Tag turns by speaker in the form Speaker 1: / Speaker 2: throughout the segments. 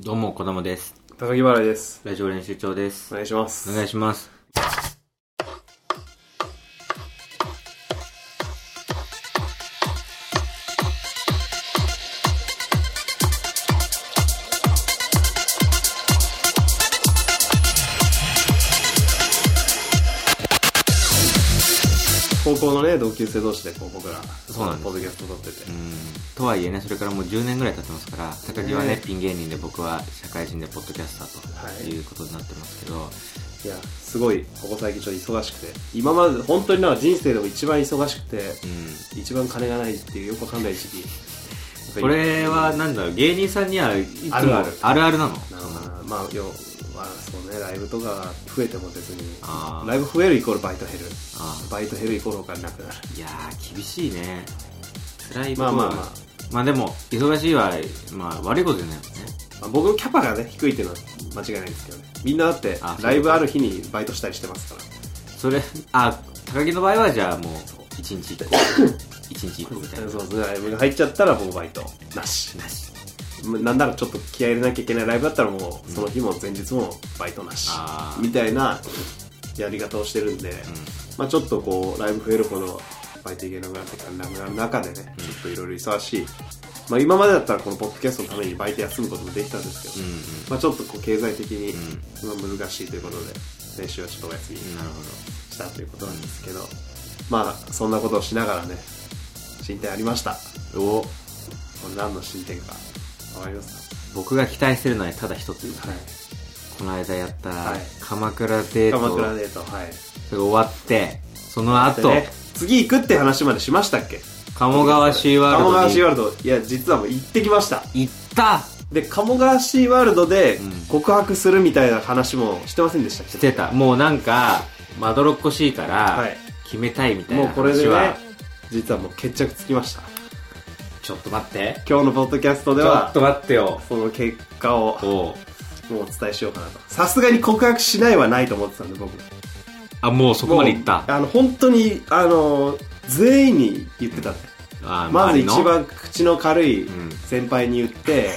Speaker 1: どうも、こだまです。
Speaker 2: 高木原です。
Speaker 1: ラジオ練習長です。
Speaker 2: お願いしま
Speaker 1: お
Speaker 2: す。
Speaker 1: 願いします。
Speaker 2: 高校のね、同級生同士でこう僕ら、
Speaker 1: そうなんです
Speaker 2: ポッドキャスト撮ってて
Speaker 1: う。ん。とはいえね、それからもう10年ぐらい経ってますから、高木はね
Speaker 2: ね、
Speaker 1: ピン芸人で僕は社会人でポッドキャスタ
Speaker 2: は
Speaker 1: ーと
Speaker 2: い
Speaker 1: いうことになってますけど、
Speaker 2: いや、すごい、ここ最近ちょっと忙しくて。今まで、本当になんか人生でも一番忙しくて、
Speaker 1: うん。
Speaker 2: 一番金がないっていうよくわかんない時期。
Speaker 1: これはなんだろう、芸人さんにはいつも
Speaker 2: あるある
Speaker 1: あるあるなの
Speaker 2: なのかな。まあ、要は、そうね、ライブとかが増えても別に。
Speaker 1: あー
Speaker 2: ライブ増えるイコールバイト減る。
Speaker 1: あ
Speaker 2: バイト減るイコールお金なくなる。
Speaker 1: ーいやー、厳しいね。辛いこ
Speaker 2: まあ
Speaker 1: と
Speaker 2: ま
Speaker 1: は
Speaker 2: あまあ。
Speaker 1: まあでも、忙しいは、まあ悪いことじゃないもんね。
Speaker 2: まあ僕のキャパがね、低いっていうのは間違いないですけどね。みんなだって
Speaker 1: あそう、
Speaker 2: ライブある日にバイトしたりしてますから。
Speaker 1: それ、あ、高木の場合はじゃあもう、1日1個、1日1個みたいな。
Speaker 2: そうですね、ライブが入っちゃったらもうバイトなし。
Speaker 1: なし。
Speaker 2: なんならちょっと気合い入れなきゃいけないライブだったらもう、その日も前日もバイトなし
Speaker 1: あ。ー
Speaker 2: みたいなやり方をしてるんで、まあちょっとこう、ライブ増えるほどバイトいけなくなってからなくなる中でね、ちょっといろいろ忙しい。まあ今までだったらこのポッドキャストのためにバイト休むこともできたんですけど、
Speaker 1: うんうん。
Speaker 2: まあちょっとこう経済的に
Speaker 1: ん
Speaker 2: まあ難しいということで、練習はちょっとお休み
Speaker 1: なるほど。
Speaker 2: したということなんですけど、まあそんなことをしながらね、進展ありました。
Speaker 1: お
Speaker 2: これ何の進展かわかります
Speaker 1: 僕が期待してるのはただ一つ
Speaker 2: かはい
Speaker 1: この間やった
Speaker 2: はい
Speaker 1: 鎌倉デート
Speaker 2: 鎌倉デートはい
Speaker 1: それが終わってその後、
Speaker 2: でね次行くって話までしましたっけ
Speaker 1: 鴨川シーワールド
Speaker 2: 鴨
Speaker 1: に
Speaker 2: 川シーワールドいや実はもう行ってきました
Speaker 1: 行った
Speaker 2: で鴨川シーワールドで
Speaker 1: うん
Speaker 2: 告白するみたいな話もしてませんでしたっけ
Speaker 1: してたもうなんかまどろっこしいから、
Speaker 2: はい
Speaker 1: 決めたいみたい
Speaker 2: もう
Speaker 1: な
Speaker 2: これ
Speaker 1: 話
Speaker 2: で
Speaker 1: は
Speaker 2: ね実はもう決着つきました
Speaker 1: ちょっと待って
Speaker 2: 今日のポッドキャスト
Speaker 1: ち
Speaker 2: で
Speaker 1: ょっ
Speaker 2: は
Speaker 1: と待ってよ
Speaker 2: その結果を
Speaker 1: おう
Speaker 2: もうお伝えしようかなとさすがに告白しないはないと思ってたんで僕
Speaker 1: あもうそこまで行った
Speaker 2: もうあの本当にあの全員に言ってたね
Speaker 1: あ
Speaker 2: ま
Speaker 1: 周
Speaker 2: ず
Speaker 1: り
Speaker 2: 一
Speaker 1: の
Speaker 2: 番口の軽い
Speaker 1: うん
Speaker 2: 先輩に 言って、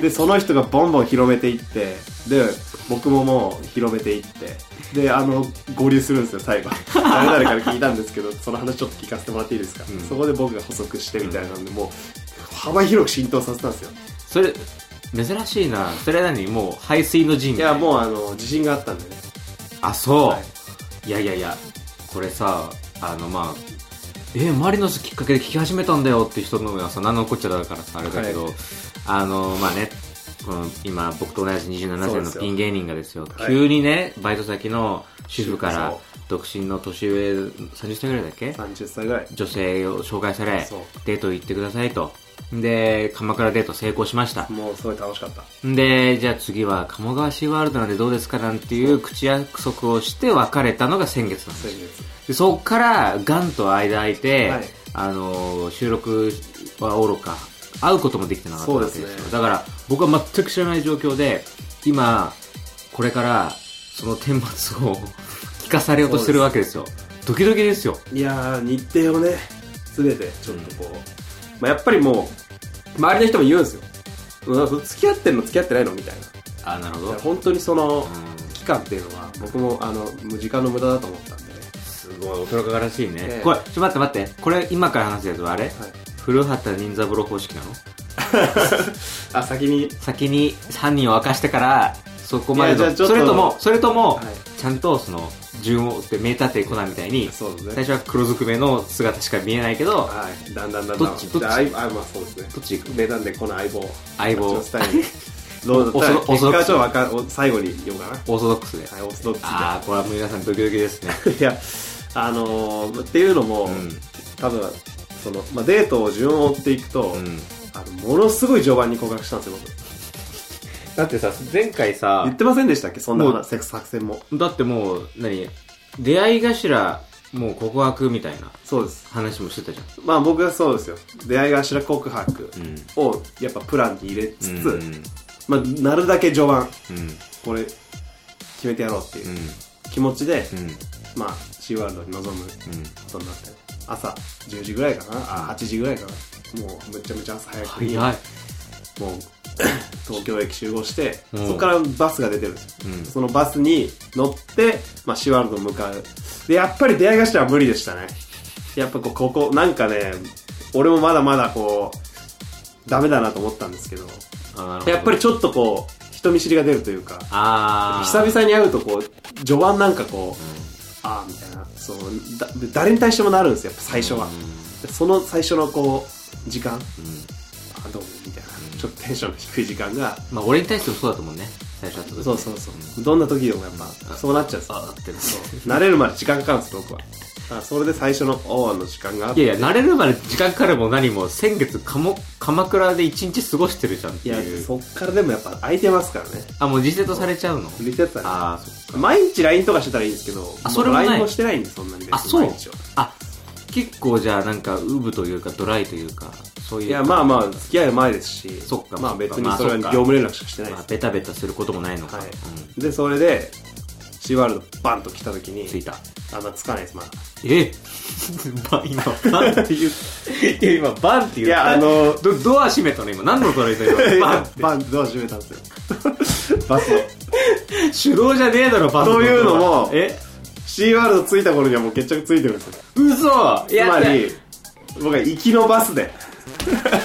Speaker 2: で、その人がボンボン広めていって、で、僕ももう広めていって、で、あの、合流するんです よ、最後。誰々から聞いたんですけど、その話ちょっと聞かせてもらっていいですか、
Speaker 1: うん
Speaker 2: そこで僕が補足してみたいなんで、もう、幅広く浸透させたんですよ。
Speaker 1: それ珍しいなそれなにもう排水の陣
Speaker 2: いや、
Speaker 1: う
Speaker 2: もうあの、自信があったんでね。
Speaker 1: あそう、
Speaker 2: はい
Speaker 1: いやいやいやこれさあのまあえマリノスきっかけで聞き始めたんだよって人のはさ何のこっちゃだからさあれだけど、
Speaker 2: は
Speaker 1: あのまあねこの今僕と同じ27
Speaker 2: そう
Speaker 1: 歳
Speaker 2: で
Speaker 1: の
Speaker 2: すよ
Speaker 1: ピン芸人がですよ
Speaker 2: はい
Speaker 1: 急にねバイト先の主婦か
Speaker 2: そ
Speaker 1: ら
Speaker 2: う
Speaker 1: 独身の年上30歳ぐらいだっけ
Speaker 2: 30歳ぐらい。
Speaker 1: 女性を紹介され
Speaker 2: そう
Speaker 1: デート行ってくださいとで鎌倉デート成功しました
Speaker 2: もうすごい楽しかった。
Speaker 1: で、じゃあ次は鴨川シーワールドなんでどうですかなんていう口約束をして別れたのが先月なんです
Speaker 2: 先月。
Speaker 1: でそっからガンと間空いて、
Speaker 2: はい
Speaker 1: あのー収録はおろか会うこともできてなかったわけですよ
Speaker 2: そうですね
Speaker 1: だから僕は全く知らない状況で今これからその顛末を 聞かされようとしてるわけですよドキドキですよ
Speaker 2: いやー、日程をね、すべてちょっとこう、まあ、やっぱりもう、周りの人も言うんですよ。うん付き合ってんの付き合ってないのみたい
Speaker 1: あなるほど
Speaker 2: な。本当にその
Speaker 1: うん
Speaker 2: 期間っていうのは、僕もあの、時間の無駄だと思ったんでね。
Speaker 1: すごいおとろからしいね、
Speaker 2: ええ
Speaker 1: これちょっと待って待ってこれ今から話すやつはあれ
Speaker 2: はい。
Speaker 1: 古畑任三郎方式なの
Speaker 2: あ、先に、
Speaker 1: 先に犯人を明かしてからそこまで
Speaker 2: いやじゃ
Speaker 1: の
Speaker 2: あちょっ
Speaker 1: そ
Speaker 2: と
Speaker 1: れともそれとも、
Speaker 2: はい
Speaker 1: ちゃんとその順を追って名探偵コナンみたいに
Speaker 2: そうです
Speaker 1: 最
Speaker 2: ね。
Speaker 1: 初は黒ずくめの姿しか見えないけど
Speaker 2: はい。だんだんだんだん。
Speaker 1: どっちどっち
Speaker 2: あ、あいあまあそうですね。
Speaker 1: どっち行く
Speaker 2: 値段でこの相棒。
Speaker 1: 相棒
Speaker 2: こっちのスタイ ル。どうだったら、
Speaker 1: オー
Speaker 2: 結
Speaker 1: ソド
Speaker 2: 果
Speaker 1: ックス
Speaker 2: はちょっとわかお最後に言おうかな。
Speaker 1: オーソドックスで、
Speaker 2: はい、オーソドックスで。
Speaker 1: ああこれはもう皆さんドキドキですね
Speaker 2: いや、あのーっていうのも、
Speaker 1: うん
Speaker 2: 多分その、まあ、デートを順を追っていくと、
Speaker 1: うん
Speaker 2: あのものすごい序盤に告白したんですよ、僕。
Speaker 1: だってさ前回
Speaker 2: 言っ
Speaker 1: さ
Speaker 2: てませんでしたっけそんな
Speaker 1: もう
Speaker 2: 話、セックス作戦も。
Speaker 1: だってもう何出会い頭もう告白みたいな
Speaker 2: そうです。
Speaker 1: 話もしてたじゃ
Speaker 2: まあ僕はそうですよ。出会い頭告白
Speaker 1: んうん
Speaker 2: をやっぱプランに入れつつ、
Speaker 1: うん
Speaker 2: まあなるだけ序
Speaker 1: う
Speaker 2: 盤、
Speaker 1: ん
Speaker 2: これ、決めてやろうっていううん気持ちで、
Speaker 1: うん
Speaker 2: まあシーワールドに臨む
Speaker 1: うん
Speaker 2: ことになって、朝10時ぐらいかな、あ、8時ぐらいかな。もうむちゃむちゃ朝早く に
Speaker 1: 早い
Speaker 2: もう東京駅集合して、
Speaker 1: うん
Speaker 2: そこからバスが出てるんですよ。
Speaker 1: うん
Speaker 2: そのバスに乗って、まあ、シワールドに向かう。で、やっぱり出会い頭は無理でしたね。やっぱこう、ここ、なんかね、俺もまだまだこう、ダメだなと思ったんですけど、
Speaker 1: あ
Speaker 2: やっぱりちょっとこう、人見知りが出るというか、
Speaker 1: あ
Speaker 2: 久
Speaker 1: 々
Speaker 2: 々に会うとこう、序盤なんかこう、ああ、みたいな、そう、だ誰に対してもなるんですよ、やっぱ最初は。その最初のこう、時間、あ、どうも、みたいな、ちょっとテンションの低い時間が、
Speaker 1: まあ俺に対してもそうだと思うね最初会った時
Speaker 2: そうそうそう。どんな時でもやっぱ、そうなっちゃうんですよ
Speaker 1: あーってな
Speaker 2: 慣れるまで時間かかるんです、僕は。あそれで最初のオーの時間があっ
Speaker 1: い
Speaker 2: て。
Speaker 1: やいや慣れるまで時間かかるも何も先月かも鎌倉で一日過ごしてるじゃんって
Speaker 2: いや
Speaker 1: い、う
Speaker 2: そっからでもやっぱ空いてますからね。
Speaker 1: あもうリセットされちゃうの
Speaker 2: リセットだね。
Speaker 1: ああそっか
Speaker 2: 毎日 LINE とかしてたらいいんですけど、
Speaker 1: あそれもない
Speaker 2: LINE もしてないんで、そんなに別に
Speaker 1: あそう
Speaker 2: 毎日は
Speaker 1: あ結構じゃあなんかウブというかドライというかそういう
Speaker 2: い
Speaker 1: い
Speaker 2: や、まあまあ、付き合い前ですし、
Speaker 1: そっか
Speaker 2: まあ別に
Speaker 1: まあ
Speaker 2: それは
Speaker 1: そっか
Speaker 2: 業務連絡しかしてないで
Speaker 1: まあベタベタすることもないのか、
Speaker 2: はい
Speaker 1: うん
Speaker 2: す。で、それで、シーワールドバンと来た時に
Speaker 1: つ、いた
Speaker 2: あんまつかないです、まだ。
Speaker 1: え ば今バンって言ういや今バンって言う
Speaker 2: いや、あの、
Speaker 1: どドア閉めたの今何のドア閉めたの
Speaker 2: バ
Speaker 1: バン
Speaker 2: ン
Speaker 1: って
Speaker 2: バンドア閉めたんですよ。 バスの。
Speaker 1: 手動じゃねえだろバン
Speaker 2: そういうのも
Speaker 1: え
Speaker 2: シーワールド着いた頃にはもう決着ついてるんですよ。
Speaker 1: 嘘
Speaker 2: つまり、僕は行きのバスで。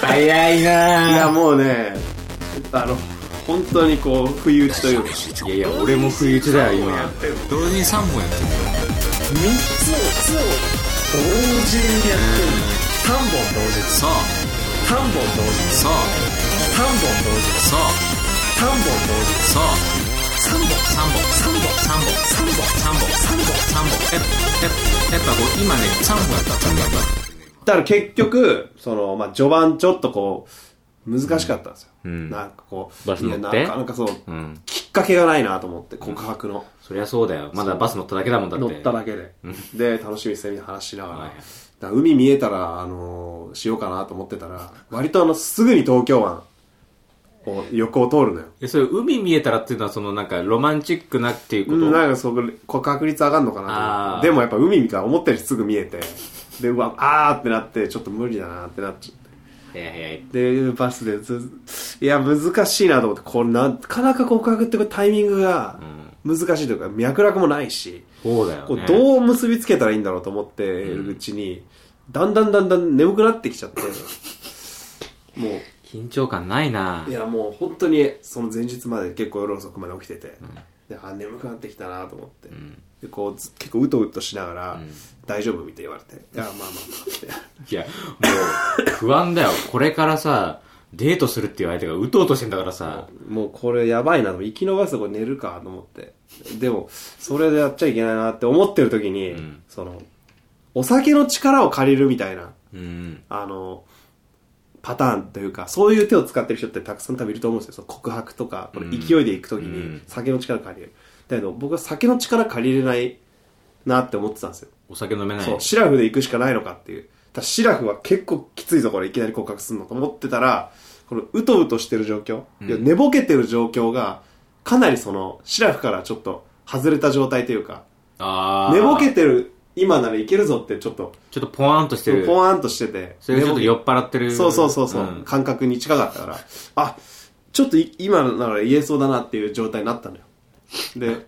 Speaker 1: 早い
Speaker 2: いや、
Speaker 1: なぁ
Speaker 2: もうね、あの、本当にこう、不意打ちというか、
Speaker 1: いやいや俺も不意打ちだよ今
Speaker 3: 同時に3本やってるさあさあさあさあ3本3本3本3本3本3本3本3本やっぱやっぱこう今ね3本やった3本やった
Speaker 2: だから結局、その、まあ、序盤ちょっとこう、難しかったんですよ。
Speaker 1: ん
Speaker 2: なんかこう、
Speaker 1: バス
Speaker 2: いや
Speaker 1: 乗
Speaker 2: な
Speaker 1: って
Speaker 2: かなかそう、
Speaker 1: うん
Speaker 2: きっかけがないなと思って、告白の。
Speaker 1: そりゃそうだよまだバス乗っただけだもんだって
Speaker 2: 乗っただけで。で、楽しみですね、みんな話しながら。
Speaker 1: はいはい
Speaker 2: だから海見えたら、あのーしようかなと思ってたら、割とあの、すぐに東京湾を横を通るのよ。
Speaker 1: えそれ海見えたらっていうのはそのなんかロマンチックなっていうこと、
Speaker 2: うん、なんかそこ、こう確率上がるのか
Speaker 1: あ
Speaker 2: な
Speaker 1: ー
Speaker 2: と思ってでもやっぱ海から思ったよりすぐ見えて、で、うわ、あーってなって、ちょっと無理だなってなっちゃって。
Speaker 1: いやいやいや
Speaker 2: で、バスでず、いや、難しいなと思って、これなかなか告白ってこうタイミングが難しいというか、脈絡もないし、
Speaker 1: そうだよね
Speaker 2: こうどう結びつけたらいいんだろうと思ってるうちに、だんだんだんだん眠くなってきち ゃって、もう、
Speaker 1: 緊張感ないない
Speaker 2: やもう本当にその前日まで結構夜遅くまで起きてて、であ眠くなってきたなと思って、でこうず結構うとうとしながら「大丈夫?」みたいに言われて「いやまあまあまあ」って
Speaker 1: いやもう不安だよこれからさデートするっていう相手がうとうとしてんだからさ
Speaker 2: もうこれやばいなと生き延ばすとこ寝るかと思ってでもそれでやっちゃいけないなって思ってる時に、
Speaker 1: ん
Speaker 2: そのお酒の力を借りるみたいな
Speaker 1: うん
Speaker 2: あのパターンというかそういう手を使ってる人ってたくさん多分いると思うんですよその告白とかこれ勢いで行く
Speaker 1: う
Speaker 2: 時に
Speaker 1: ん
Speaker 2: 酒の力借りる、だけど僕は酒の力借りれないなって思ってたんですよ、
Speaker 1: お酒飲めない
Speaker 2: そうシラフで行くしかないのかっていうただシラフは結構きついぞこれいきなり告白するのと思ってたらこのうとうとしてる状況、いや寝ぼけてる状況がかなりそのシラフからちょっと外れた状態というか
Speaker 1: あー
Speaker 2: 寝ぼけてる今ならいけるぞってちょっと
Speaker 1: ちょっとポワーンとしてる
Speaker 2: ポワーンとしてて
Speaker 1: それがちょっと
Speaker 2: 寝ぼけ
Speaker 1: 酔っ払ってる
Speaker 2: そうそうそうそう、
Speaker 1: ん
Speaker 2: 感覚に近かったから、あ、ちょっとい今なら言えそうだなっていう状態になったのよ。 で、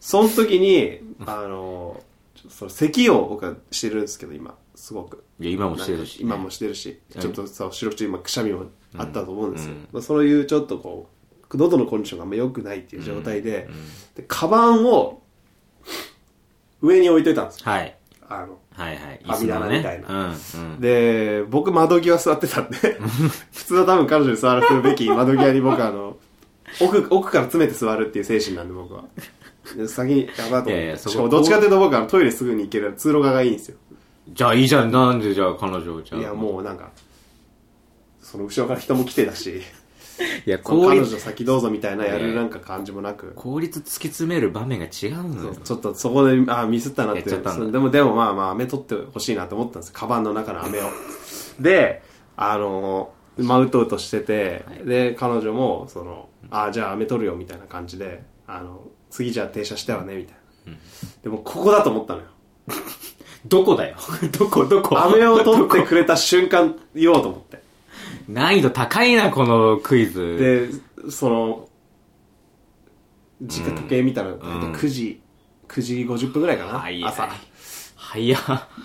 Speaker 2: その時に、あの、ちょっとその咳を僕はしてるんですけど、今、すごく。
Speaker 1: いや今もしてるし
Speaker 2: 今もしてるし、
Speaker 1: うん
Speaker 2: ちょっとさ、収録中今くしゃみもあったと思うんです
Speaker 1: う
Speaker 2: よ。
Speaker 1: ん
Speaker 2: まあ、そういうちょっとこう、喉のコンディションがあんま良くないっていう状態で、で、カバンを上に置いといたんですよ。
Speaker 1: はい
Speaker 2: あの、
Speaker 1: はいはい
Speaker 2: 網棚みたいな
Speaker 1: 椅子のねうん
Speaker 2: で、僕窓際座ってたんで、 普通は多分彼女に座らせるべき窓際に僕あの、 奥、奥から詰めて座るっていう精神なんで僕は。で先に、やばいと
Speaker 1: い
Speaker 2: 思
Speaker 1: やい
Speaker 2: っ
Speaker 1: や
Speaker 2: て。
Speaker 1: そこ
Speaker 2: しかもどっちかというと僕はトイレすぐに行ける通路側がいいんですよ。
Speaker 1: うんじゃあいいじゃんなんでじゃあ彼女をじゃあ
Speaker 2: いやもうなんか、その後ろから人も来てたし、
Speaker 1: いや
Speaker 2: その
Speaker 1: 効
Speaker 2: 彼女
Speaker 1: 率
Speaker 2: 先どうぞみたいなや
Speaker 1: い
Speaker 2: る
Speaker 1: や
Speaker 2: なんか感じもなく、
Speaker 1: 効率突き詰める場面が違うのよ
Speaker 2: ちょっとそこで、あミスったなって。
Speaker 1: やっちゃったんだ
Speaker 2: そうでも、でもまあまあ、飴取ってほしいなと思ったんですよ。カバンの中 の飴を。で、あのー、まあ、うとうとしてて、で、彼女も、その、あじゃあ飴取るよ、みたいな感じで、あの、次じゃあ停車してはね、みたいな。でも、ここだと思ったのよ。
Speaker 1: どこだよどこどこ
Speaker 2: 飴を取ってくれた瞬間、言おうと思って。
Speaker 1: 難易度高いな、このクイズ。
Speaker 2: で、その、時間時計見たら、9時、9時50分ぐらいかな、
Speaker 1: はい
Speaker 2: 朝。
Speaker 1: はいや。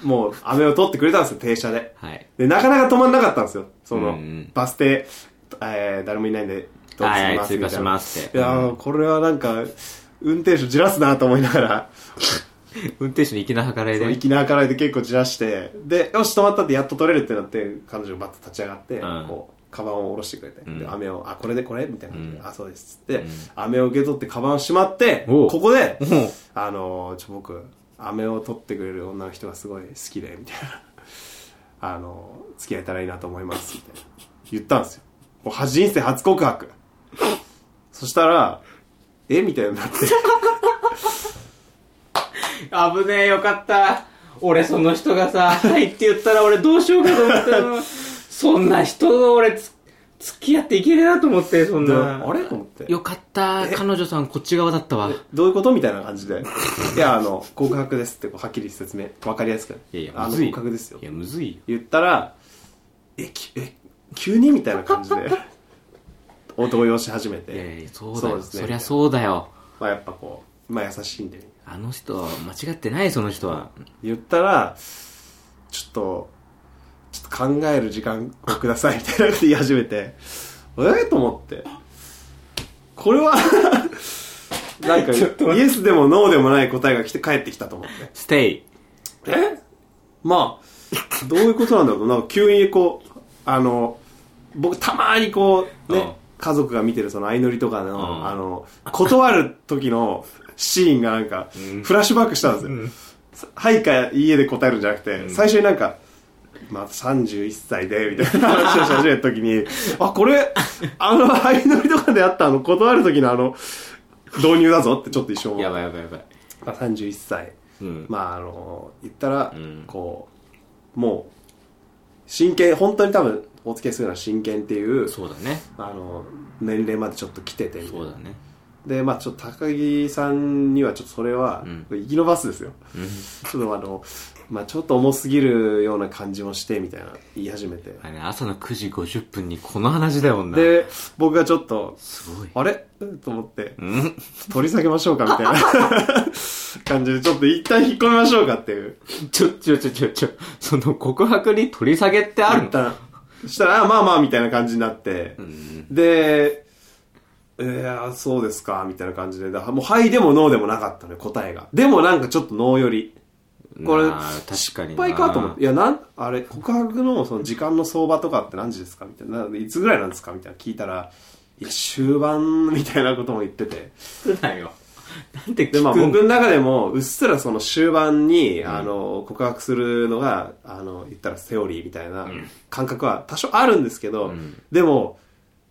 Speaker 2: もう、飴を取ってくれたんですよ、停車で。
Speaker 1: はい。
Speaker 2: で、なかなか止まんなかったんですよ。その、
Speaker 1: うん
Speaker 2: バス停、えー誰もいないんで、どうぞ
Speaker 1: はいはい
Speaker 2: みたな
Speaker 1: 通過しますって
Speaker 2: いやーこれはなんか、運転手じらすなと思いながら、
Speaker 1: 運転手に粋な計らい
Speaker 2: その
Speaker 1: で。
Speaker 2: 息の明るいで結構じらして、で、よし、止まったってやっと取れるってなって、彼女がバッと立ち上がって、
Speaker 1: うん
Speaker 2: こう、カバンを下ろしてくれて、
Speaker 1: ん
Speaker 2: で、飴を、あ、これでこれみたいな感じで、
Speaker 1: うん
Speaker 2: あ、そうですっつって、飴を受け取って、カバンをしまって、
Speaker 1: お
Speaker 2: こ
Speaker 1: う
Speaker 2: こで
Speaker 1: おう、
Speaker 2: あのー、ちょ、僕、飴を取ってくれる女の人がすごい好きで、みたい な。あのー、付き合えたらいいなと思います、みたいな。言ったんですよ。もうは人生初告白。そしたら、えみたいになって、
Speaker 1: 危ねえ、よかった。俺、その人がさ、はいって言ったら俺どうしようかと思ったの。そんな人と俺つ、付き合っていけねえなと思って、そん
Speaker 2: で
Speaker 1: な。
Speaker 2: あれと思って。
Speaker 1: よかった。彼女さんこっち側だったわ。い
Speaker 2: どういうことみたいな感じで。いや、あの、告白ですって、こうはっきり説明。わかりやすく。
Speaker 1: やいや、
Speaker 2: あ
Speaker 1: む
Speaker 2: の、
Speaker 1: ずい。
Speaker 2: 告白ですよ
Speaker 1: い。や、むずいよ。
Speaker 2: 言ったら、え、きえ、急にみたいな 感じで、お動揺し始め
Speaker 1: いやい
Speaker 2: て
Speaker 1: や、。そうだよ。
Speaker 2: ですね。
Speaker 1: そりゃそうだよ。
Speaker 2: まあやっぱこう、まあ優しいんで。
Speaker 1: あの人は間違ってない、その人は。
Speaker 2: 言ったら、ちょっと、ちょっと考える時間をくださいみたいなこと言い始めて、えー、と思って。これは、なんか、イエスでもノーでもない答えが来て帰ってきたと思って。
Speaker 1: ステイ。
Speaker 2: えまあ、どういうことなんだろうなんか急にこう、あの、僕たまにこう、ね、
Speaker 1: うん
Speaker 2: 家族が見てるその相乗りとかの、
Speaker 1: ん
Speaker 2: あの、断る時のシーンがなんか、フラッシュバックしたんですよ。はいか家で答えるんじゃなくて、最初になんか、まあ、31歳で、みたいな話をし始めた時に、あ、これ、あの、相乗りとかであったあの、断る時のあの、導入だぞってちょっと一瞬思った
Speaker 1: やばいやばいやばい。
Speaker 2: まあ31歳、
Speaker 1: うん
Speaker 2: まああの言ったら、
Speaker 1: うん
Speaker 2: こうもう真剣本当に多分お付き合いするのは真剣っていう
Speaker 1: そうだね。
Speaker 2: あの年齢までちょっと来ててみたい
Speaker 1: そう
Speaker 2: な
Speaker 1: だね。
Speaker 2: でまあちょっと高木さんにはちょっとそれは、
Speaker 1: ん
Speaker 2: 生き延ばすですよ、
Speaker 1: うん。
Speaker 2: ちょっとあの、まあ、ちょっと重すぎるような感じもしてみたいな言い始めて、
Speaker 1: あれね朝の9時50分にこの話だよな。
Speaker 2: で僕がちょっと
Speaker 1: すごい。
Speaker 2: あれと思って
Speaker 1: うん
Speaker 2: 取り下げましょうかみたいな 感じでちょっと一旦引っ込めましょうかっていう
Speaker 1: ちょ、ちょ、ちょ、ちょ、ちょ、その告白に取り下げってあ
Speaker 2: あっ
Speaker 1: る
Speaker 2: たらそしたら、あまあまあ、みたいな感じになって、
Speaker 1: ん
Speaker 2: で、えー、そうですか、みたいな感じで、だもう、はいでもノーでもなかったね、答えが。でもなんかちょっとノーより。これ
Speaker 1: なあ、確かに
Speaker 2: 失
Speaker 1: な。
Speaker 2: 敗かと思って、いや、なん、あれ、告白のその時間の相場とかって何時ですかみたいな、いつぐらいなんですかみたいな聞いたら、いや、終盤、みたいなことも言ってて。
Speaker 1: 聞くなよ。なんで聞く
Speaker 2: で、まあ
Speaker 1: ん
Speaker 2: 僕の中でも、うっすらその終盤に、あの、告白するのが、あの、言ったらセオリーみたいな感覚は多少あるんですけど、
Speaker 1: ん
Speaker 2: でも、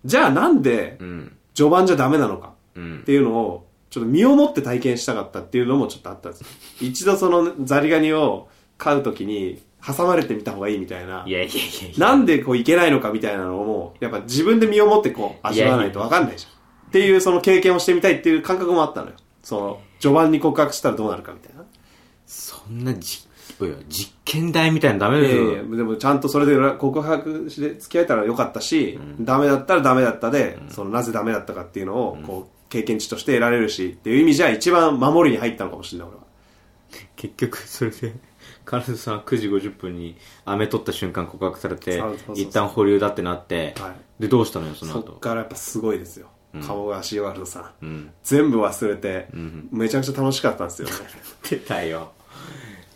Speaker 2: じゃあなんで
Speaker 1: う、ん。
Speaker 2: 序盤じゃダメなのか
Speaker 1: う
Speaker 2: っ
Speaker 1: ん。
Speaker 2: ていうのを、ちょっと身をもって体験したかったっていうのもちょっとあったんですよ。一度そのザリガニを飼うときに、挟まれてみた方がいいみたいな。
Speaker 1: いやいやいやいや。
Speaker 2: なんでこういけないのかみたいなのも、やっぱ自分で身をもってこう味わわないとわかんないじゃん。っていうその経験をしてみたいっていう感覚もあったのよ。その、序盤に告白したらどうなるかみたいな。
Speaker 1: そんなじ、いや実験台みたいなのダメだ
Speaker 2: いやいや
Speaker 1: よ。
Speaker 2: いやでもちゃんとそれで告白して付き合えたらよかったし、ダメだったらダメだったで、そのなぜダメだったかっていうのを、こう、経験値として得られるし、っていう意味じゃ一番守りに入ったのかもしれない俺は。
Speaker 1: 結局、それで、カルさんは9時50分に飴取った瞬間告白されて
Speaker 2: そうそうそ、う
Speaker 1: 一旦保留だってなって
Speaker 2: は、
Speaker 1: で、どうしたのよ、その
Speaker 2: そ
Speaker 1: 後
Speaker 2: っ。からやっぱすごいですよ。鴨川シーワールドさん。
Speaker 1: ん
Speaker 2: 全部忘れて、めちゃくちゃ楽しかったんですよね。
Speaker 1: ってたよ。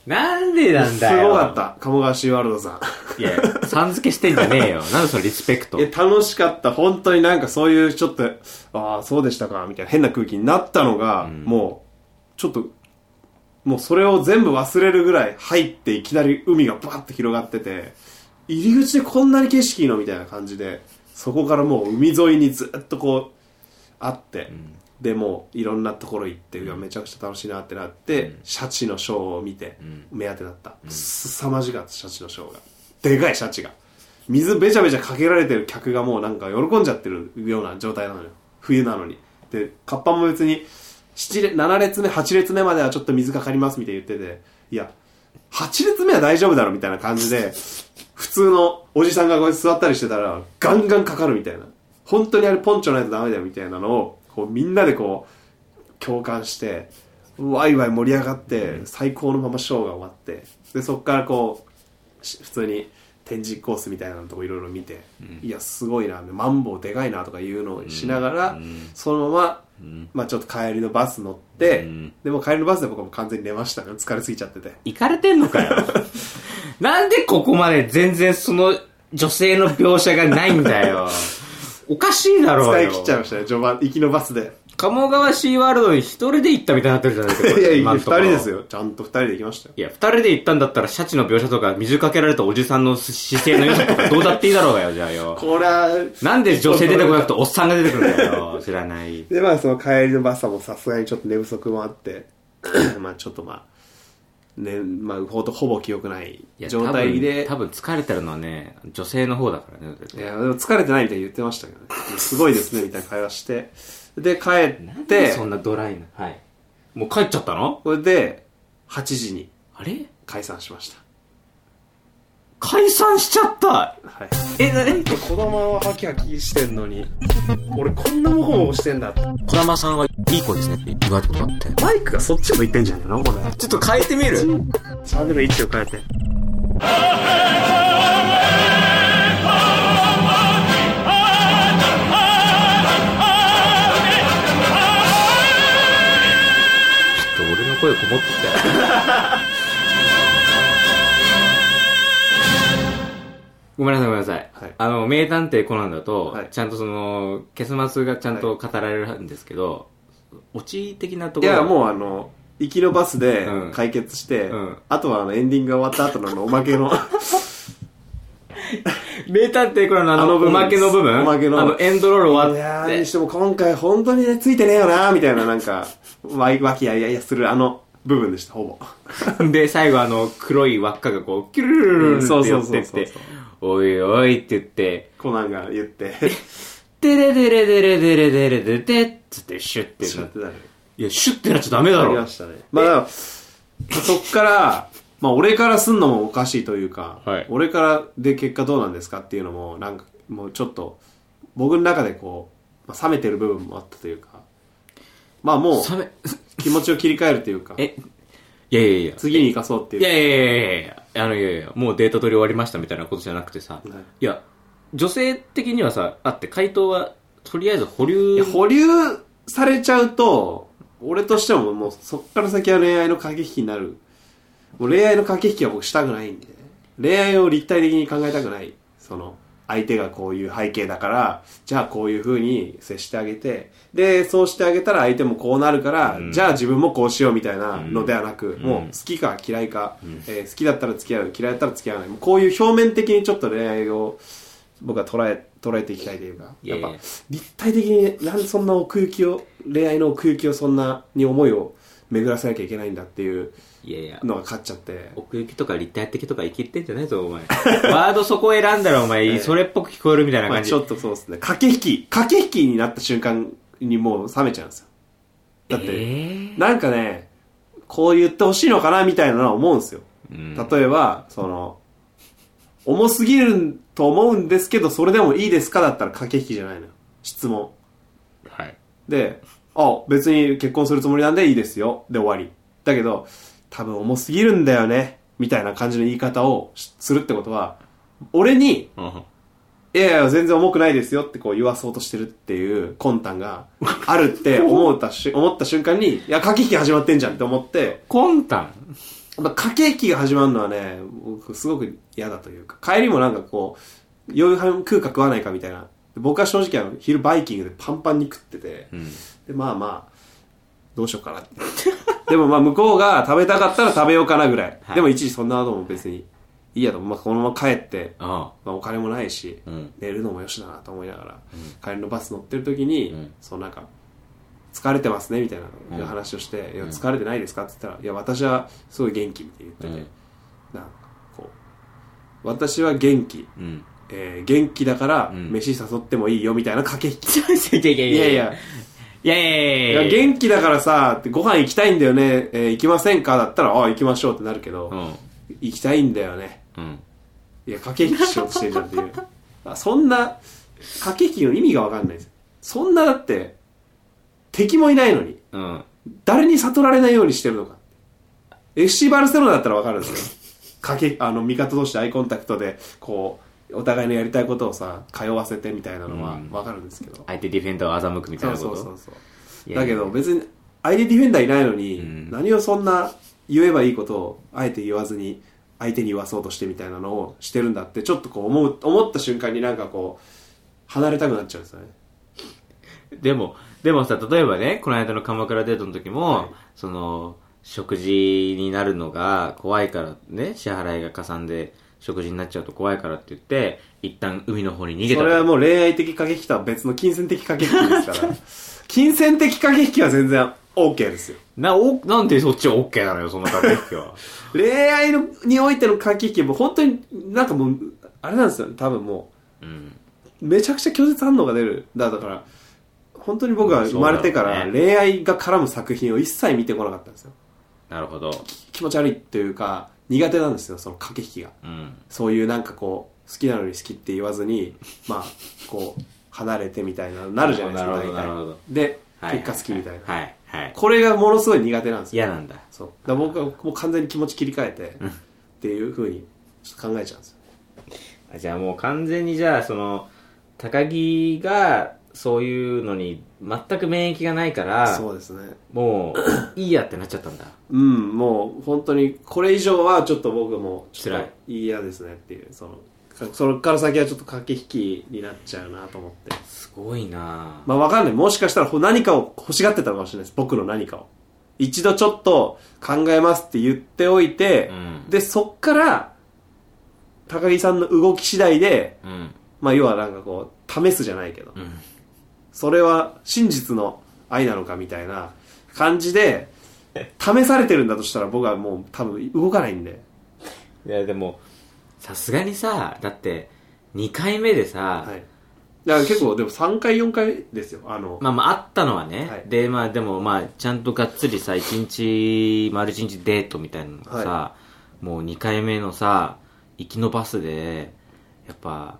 Speaker 1: なんでなん
Speaker 2: す
Speaker 1: だよ。
Speaker 2: ごかった。鴨川シーワールドさん。
Speaker 1: いや、さん付けしてんじゃねえよ。なんでそのリスペクト。
Speaker 2: え、楽しかった。本当になんかそういうちょっと、ああ、そうでしたか、みたいな変な空気になったのが、もう、ちょっと、もうそれを全部忘れるぐらい入っていきなり海がバーッと広がってて、入り口でこんなに景色いいのみたいな感じで、そこからもう海沿いにずっとこう、あって、でもういろんなところ行って、うわめちゃくちゃ楽しいなってなって、シャチのショーを見て、目当てだった、凄まじかったシャチのショーがでかいシャチが水べちゃべちゃかけられてる客がもうなんか喜んじゃってるような状態なのよ冬なのにでカッパも別に7列7列目8列目まではちょっと水かかりますみたいに言ってていや8列目は大丈夫だろみたいな感じで普通のおじさんがこうやって座ったりしてたら、ガンガンかかるみたいな。本当にあれポンチョないとダメだよみたいなのを、こうみんなでこう、共感して、ワイワイ盛り上がって、最高のままショーが終わって、で、そっからこう、し普通に展示コースみたいなのとこいろいろ見て、いや、すごいな、マンボウでかいなとかいうのをしながら、
Speaker 3: うん
Speaker 2: そのまま、
Speaker 3: うん
Speaker 2: まあちょっと帰りのバス乗って、
Speaker 3: うん
Speaker 2: でも帰りのバスで僕はもう完全に寝ましたね。疲れすぎちゃってて。
Speaker 1: 行かれてんのか よ。なんでここまで全然その女性の描写がないんだよ。おかしいだろ
Speaker 2: 使
Speaker 1: う
Speaker 2: い
Speaker 1: よ。
Speaker 2: 切っちゃいましたね、序盤、行きのバスで。
Speaker 1: 鴨川シーワールドに一人で行ったみたいになってるじゃないですか。
Speaker 2: いや、いや
Speaker 1: 今
Speaker 2: 二
Speaker 1: のとこ
Speaker 2: 人
Speaker 1: ろ
Speaker 2: です。よ。ちゃんと二人で行きましたよ。
Speaker 1: いや、二人で行ったんだったら、シャチの描写とか、水かけられたおじさんの姿勢の良さとか、どうだっていいだろうがよ、じゃあ よ。
Speaker 2: これは、
Speaker 1: なんで女性出てこなくて、おっさんが出てくるんだよ。知らない。
Speaker 2: で、まあその帰りのバスはもうさすがにちょっと寝不足もあって、 まあちょっとまあ、ね、まあほとほぼ記憶ない
Speaker 1: いや
Speaker 2: 状態で、
Speaker 1: 多分多分疲れてるのはね、女性の方だからね。
Speaker 2: いや、でも疲れてないみたいに言ってましたけどね。すごいですね、みたいな会話して。で、帰って、
Speaker 1: そんなドライな。はい。もう帰っちゃったの
Speaker 2: これで、8時に
Speaker 1: あれ
Speaker 2: 解散しまし
Speaker 1: 解散しちゃった
Speaker 2: た。はい。
Speaker 1: え、なに
Speaker 2: 子供はハキハキしてんのに、俺こんなモコモコしてんだ。
Speaker 3: 児玉さんはいい子ですねって言われたことあって。
Speaker 2: マイクがそっち向いてんじゃないのこれ。
Speaker 1: ちょっと変えてみる
Speaker 2: チャンネル位置を変えて。
Speaker 3: ちょっと俺の声こもってたよ。
Speaker 1: ごめんなさいごめんなさい。
Speaker 2: はい
Speaker 1: あの、名探偵コナンだと、
Speaker 2: はい
Speaker 1: ちゃんとその、結末がちゃんと語られるんですけど、オチ的なと
Speaker 2: い
Speaker 1: ころ。
Speaker 2: や、も
Speaker 1: う。
Speaker 2: うあの、行きのバスで
Speaker 1: うん
Speaker 2: 解決して、
Speaker 1: うん
Speaker 2: あとはあのエンディングが終わった後のあのおま けの、
Speaker 1: 名探偵コナンのあの、
Speaker 2: あの部
Speaker 1: お
Speaker 2: 分
Speaker 1: まけの部分
Speaker 2: おまけの
Speaker 1: あの、エンドロール
Speaker 2: い
Speaker 1: 終わ
Speaker 2: や
Speaker 1: っ
Speaker 2: ー
Speaker 1: て
Speaker 2: にし。ても今回本当にね、ついてねえよなーみたいななんか、わい、わきあいあいするあの部分でした、ほぼ。
Speaker 1: で、最後あの、黒い輪っかがこう、キュルルルルルって寄ってっ
Speaker 2: そうそうそう
Speaker 1: て
Speaker 2: そう、
Speaker 1: おいおいって言って、
Speaker 2: コナンが言 って、
Speaker 1: デレデレデレデレデレデレデっつってシュッて
Speaker 2: し
Speaker 1: な
Speaker 2: ま
Speaker 1: っ。
Speaker 2: っててたね。
Speaker 1: いや、シュッてなっちゃダメだ
Speaker 2: あり
Speaker 1: ろ
Speaker 2: ま。したね。まあ、だからそっから、まあ俺からすんのもおかしいというか、
Speaker 1: はい
Speaker 2: 俺からで結果どうなんですかっていうのも、なんかもうちょっと、僕の中でこう、まあ、冷めてる部分もあったというか、まあもう、
Speaker 1: 冷め、
Speaker 2: 気持ちを切り替えるというか、
Speaker 1: え、いやいやいや。
Speaker 2: 次に生かそうってい。
Speaker 1: いうやいやいやいやあの、いやいや、もうデータ取り終わりましたみたいなことじゃなくてさ、
Speaker 2: はい
Speaker 1: いや、女性的にはさ、あって回答は、とりあえず保留
Speaker 2: いや、保留されちゃうと、俺としてももうそっから先は恋愛の駆け引きになる。もう恋愛の駆け引きは僕したくないんで、恋愛を立体的に考えたくない。その、相手がこういう背景だから、じゃあこういう風に接してあげて、で、そうしてあげたら相手もこうなるから、じゃあ自分もこうしようみたいなのではなく、もう好きか嫌いか、えー好きだったら付き合う、嫌いだったら付き合わない。もうこういう表面的にちょっと恋愛を僕は捉え、捉えていきたいというか、
Speaker 1: いや
Speaker 2: や
Speaker 1: い
Speaker 2: っ
Speaker 1: や
Speaker 2: ぱ立体的になんでそんな奥行きを恋愛の奥行きをそんなに思いを巡らせなきゃいけないんだっていう
Speaker 1: いやいや、
Speaker 2: のが勝っちゃって
Speaker 1: 奥行きとか立体的とか生きってんじゃないぞ、お前。 ワードそこ選んだらお前、それっぽく聞こえるみたいな
Speaker 2: まあ
Speaker 1: 感じ。
Speaker 2: ちょっとそうですね駆け引き駆け引きになった瞬間にもう冷めちゃうんですよだって、
Speaker 1: えー
Speaker 2: なんかねこう言ってほしいのかなみたいなのは思うんですよ、
Speaker 1: うん
Speaker 2: 例えばその重すぎると思うんですけどそれでもいいですかだったら駆け引きじゃないのよ質問
Speaker 1: はい。
Speaker 2: で、あ、別に結婚するつもりなんでいいですよ。で終わり。だけど、多分重すぎるんだよね。みたいな感じの言い方をしするってことは、俺に、
Speaker 1: うん
Speaker 2: いやいや、全然重くないですよってこう言わそうとしてるっていう魂胆があるって思ったし、思った瞬間に、いや、駆け引き始まってんじゃんって思って、
Speaker 1: コンタン
Speaker 2: やっぱ駆け引きが始まるのはね、僕すごく嫌だというか、帰りもなんかこう、夕飯食うか食わないかみたいな。僕は正直あの、昼バイキングでパンパンに食ってて、で、まあまあ、どうしようかな って。でもまあ向こうが食べたかったら食べようかなぐらい。
Speaker 1: はい
Speaker 2: でも一時そんなのも別にいいやと、まあこのまま帰って、
Speaker 1: あ
Speaker 2: まあ、お金もないし、
Speaker 1: うん
Speaker 2: 寝るのもよしだなと思いながら、帰りのバス乗ってる時に、
Speaker 1: ん
Speaker 2: そのなんか、疲れてますねみたいな話をして、いや、疲れてないですかって言ったら、いや、私はすごい元気みたいに言ってて、なんかこう、私は元気、
Speaker 1: あ。うん。
Speaker 2: えー元気だから、
Speaker 1: ん
Speaker 2: 飯誘ってもいいよみたいな駆け引き。
Speaker 1: いやいや
Speaker 2: いや
Speaker 1: いやいやい
Speaker 2: いや、い
Speaker 1: や
Speaker 2: や
Speaker 1: いや。
Speaker 2: 元気だからさ、ってご飯行きたいんだよね、えー行きませんかだったら、ああ、行きましょうってなるけど、
Speaker 1: うん。
Speaker 2: 行きたいんだよね。
Speaker 1: うん。
Speaker 2: いや、駆け引きしようとしてんじゃ んっていう。あそんな、駆け引きの意味がわかんないです。そんなだって、敵もいないのに、
Speaker 1: うん。
Speaker 2: 誰に悟られないようにしてるのか。FC バルセロナだったらわかるんです よ。かけ、あの、味方同士でアイコンタクトで、こう、お互いのやりたいことをさ、通わせてみたいなのは
Speaker 1: うん
Speaker 2: わかるんですけど。
Speaker 1: 相手ディフェンダーを欺くみたい
Speaker 2: そ
Speaker 1: な
Speaker 2: う
Speaker 1: こ
Speaker 2: そ
Speaker 1: と
Speaker 2: うそうそう。
Speaker 1: いや
Speaker 2: だ
Speaker 1: い
Speaker 2: け
Speaker 1: や
Speaker 2: ど別に、相手ディフェンダーいないのに、
Speaker 1: うん
Speaker 2: 何をそんな言えばいいことを、あえて言わずに、相手に言わそうとしてみたいなのをしてるんだって、ちょっとこう思う、思った瞬間になんかこう、離れたくなっちゃうんですよね。
Speaker 1: でも、でもさ、例えばね、この間の鎌倉デートの時も、
Speaker 2: はい
Speaker 1: その、食事になるのが怖いからね、支払いがかさんで、食事になっちゃうと怖いからって言って、一旦海の方に逃げた
Speaker 2: そ
Speaker 1: の。
Speaker 2: れはもう恋愛的駆け引きとは別の金銭的駆け引きで すから、金銭的駆け引きは全然 OK ですよ。
Speaker 1: な、お、なんでそっちは OK なのよ、そんな駆け引きは。
Speaker 2: 恋愛のにおいての駆け引きも本当になんかもう、あれなんですよね、多分もう。
Speaker 1: うん。
Speaker 2: めちゃくちゃ拒絶反応が出るだだから本当に僕は生まれてか
Speaker 1: そうだ
Speaker 2: ら
Speaker 1: ろうね
Speaker 2: 恋愛が絡む作品を一切見てこなかったんですよ
Speaker 1: なるほど。
Speaker 2: 気持ち悪いというか苦手なんですよその駆け引きが
Speaker 1: うん。
Speaker 2: そういうなんかこう好きなのに好きって言わずにまあこう離れてみたいななるじゃないですか
Speaker 1: なるほど
Speaker 2: 大体
Speaker 1: なるほど
Speaker 2: で
Speaker 1: はい
Speaker 2: 結果好きみたいな
Speaker 1: はい、はい。
Speaker 2: これがものすごい苦手なんですよ
Speaker 1: 嫌なんだ。
Speaker 2: そうだから僕はもう完全に気持ち切り替えて
Speaker 1: うん
Speaker 2: っていうふうにちょっと考えちゃうんですよ
Speaker 1: あじゃあもう完全にじゃあその高木がそういうのに全く免疫がないから
Speaker 2: そうですね
Speaker 1: もういいやってなっちゃったんだ
Speaker 2: うん、もう本当にこれ以上はちょっと僕もちょっ
Speaker 1: 辛
Speaker 2: と嫌ですねっていう、その、かそれから先はちょっと駆け引きになっちゃうなと思って。
Speaker 1: すごいなあ
Speaker 2: まあわかんない。もしかしたらほ何かを欲しがってたのかもしれないです。僕の何かを。一度ちょっと考えますって言っておいて、
Speaker 1: うん
Speaker 2: で、そっから、高木さんの動き次第で、
Speaker 1: うん
Speaker 2: まあ要はなんかこう、試すじゃないけど、
Speaker 1: うん
Speaker 2: それは真実の愛なのかみたいな感じで、試されてるんだとしたら僕はもう多分動かないんで。
Speaker 1: いやでもさすがにさだって2回目でさ、
Speaker 2: はい。だから結構でも3回4回ですよ。あの、
Speaker 1: まあまああったのはね、
Speaker 2: はい
Speaker 1: でまあでもまあちゃんとがっつりさ1日丸1日デートみたいなのがさ、もう2回目のさ行きのバスでやっぱ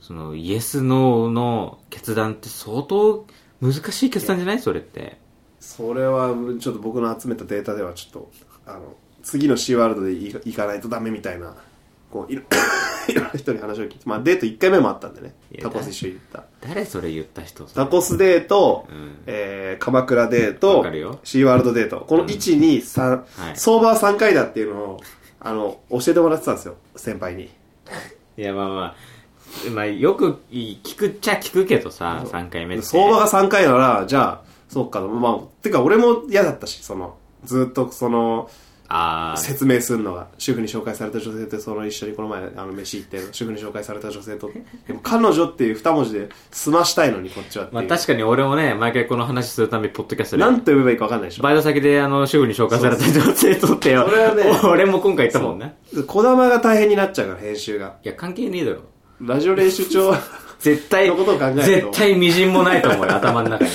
Speaker 1: そのイエスノーの決断って相当難しい決断じゃないそれって
Speaker 2: それはちょっと僕の集めたデータではちょっと、あの、次のシーワールドでい行かないとダメみたいな、こう、いろ いろんな人に話を聞いて、まあデート1回目もあったんでね
Speaker 1: い。や
Speaker 2: タコス一緒に行った。
Speaker 1: 誰それ言った人
Speaker 2: タコスデート、
Speaker 1: うん
Speaker 2: えー、鎌倉デー
Speaker 1: わ
Speaker 2: ト
Speaker 1: かるよ、
Speaker 2: シーワールドデート。この1、2、3、
Speaker 1: はい
Speaker 2: 相場は3回だっていうのを、あの、教えてもらってたんですよ、先輩に。
Speaker 1: いやまあまあまあよく聞くっちゃ聞くけどさ3回目って
Speaker 2: 相場が3回なら、じゃあ、そっか、まあ、てか俺も嫌だったし、その、ずっとその、
Speaker 1: ああ
Speaker 2: 説明するのが、主婦に紹介された女性とその一緒にこの前、あの、飯行って、主婦に紹介された女性と、でも彼女っていう二文字で済ましたいのに、こっちはってい
Speaker 1: ま
Speaker 2: う。
Speaker 1: あ確かに俺もね毎回この話するためにポッドキャストで
Speaker 2: なんと呼べばいいかわかんないでしょ。
Speaker 1: バイト先で、あの、主婦に紹介された女性とってよ。
Speaker 2: それはね
Speaker 1: 俺も今回言ったもんね。
Speaker 2: 小玉が大変になっちゃうから、編集が。
Speaker 1: いや、関係ねえだろ。
Speaker 2: ラジオ練習 帳、
Speaker 1: 絶対、
Speaker 2: のことを考えると
Speaker 1: 絶対微塵もないと思うよ、頭の中に。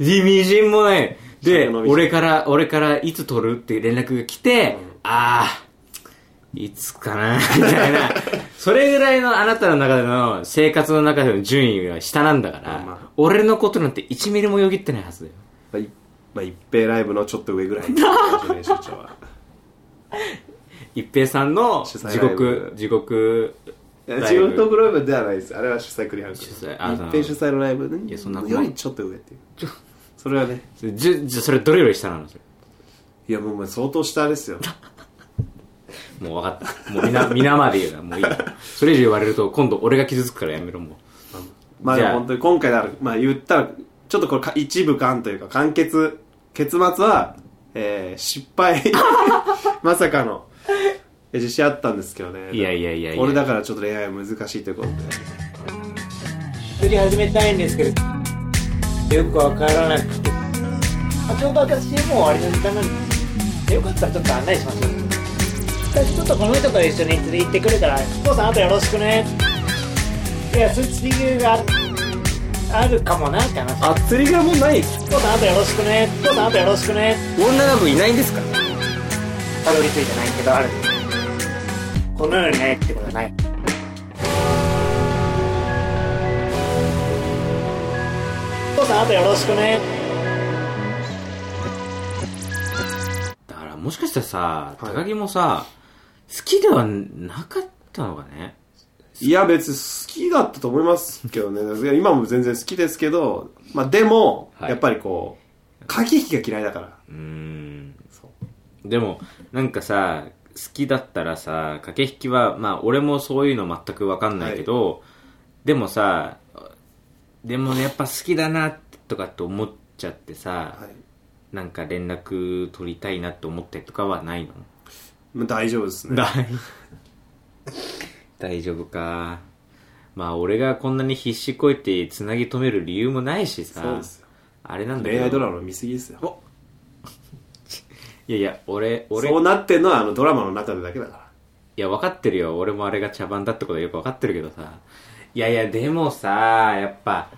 Speaker 1: 微微塵もない。で、
Speaker 2: その道
Speaker 1: 俺から、俺からいつ撮るって連絡が来て、あー、いつかな、みたいな。 それぐらいのあなたの中での生活の中での順位が下なんだから、
Speaker 2: まあまあ
Speaker 1: 俺のことなんて1ミリもよぎってないはずだよ。
Speaker 2: まあ、いまあ、一平ライブのちょっと 上ぐらいのラジオ練習帳は。
Speaker 1: 一平さんの
Speaker 2: 主
Speaker 1: 地
Speaker 2: 催ライブ
Speaker 1: 獄、地獄
Speaker 2: い
Speaker 1: ライ
Speaker 2: や
Speaker 1: ブ、
Speaker 2: 自分とグローブではないです。あれは主催クリハル
Speaker 1: 主催あ
Speaker 2: 一平主催のライブね
Speaker 1: いやそんな
Speaker 2: よりちょっと 上っていう。それはね、
Speaker 1: じゅじゅそれどれより下なのそれ
Speaker 2: いやもうお前相当下ですよ。
Speaker 1: もう分かったもう皆 皆まで言うなもういいよそれ以上言われると今度俺が傷つくからやめろも
Speaker 2: まあ
Speaker 1: じ
Speaker 2: で
Speaker 1: ゃあ
Speaker 2: も本当に今回なら、まあ言ったら、ちょっとこれか一部感というか、完結、結末は、えー、失 敗。 まさかの。え自信あったんですけどね。
Speaker 1: いやいやいやいや
Speaker 2: 俺だからちょっと恋愛は難しいということで。
Speaker 4: 釣り始めたいんですけどよくわからなくてあちょうど私もう終わりの時間なんですよかったらちょっと案内します私ちょっとこの人と一緒に釣り行ってくるから父さんあとよろしくねいや釣り具があるかもなって話
Speaker 2: あ、釣りがもうない
Speaker 4: 父さんあとよろしくね父さんあとよろしくね
Speaker 1: 女の子いないんですか
Speaker 4: たどり着いてないけどあるこの世にないってことはない父さん、あとよろしくね。
Speaker 1: だからもしかしたらさ、
Speaker 2: はい
Speaker 1: 高木もさ、好きではなかったのかね。
Speaker 2: いや、別に好きだったと思いますけどね。今も全然好きですけど、まあでも、
Speaker 1: はい
Speaker 2: やっぱりこう、駆け引きが嫌いだから。
Speaker 1: うーん。
Speaker 2: そう
Speaker 1: でも、なんかさ、好きだったらさ、駆け引きは、まあ俺もそういうの全くわかんないけど、でもさ、でもねやっぱ好きだなとかって思っちゃってさ、
Speaker 2: はい
Speaker 1: なんか連絡取りたいなって思ったりとかはないの
Speaker 2: まあ大丈夫ですね。
Speaker 1: 大大丈夫かまあ俺がこんなに必死こいてつなぎ止める理由もないしさ
Speaker 2: そうですよ
Speaker 1: あれなんだけ
Speaker 2: 恋
Speaker 1: ど
Speaker 2: 愛ドラマの見過ぎですよ。
Speaker 1: お いやいや俺俺
Speaker 2: そう
Speaker 1: い
Speaker 2: なってんのはあのドラマの中でだけだから。
Speaker 1: や分かってるよ俺もあれが茶番だってことはよく分かってるけどさいやいやでもさやっぱ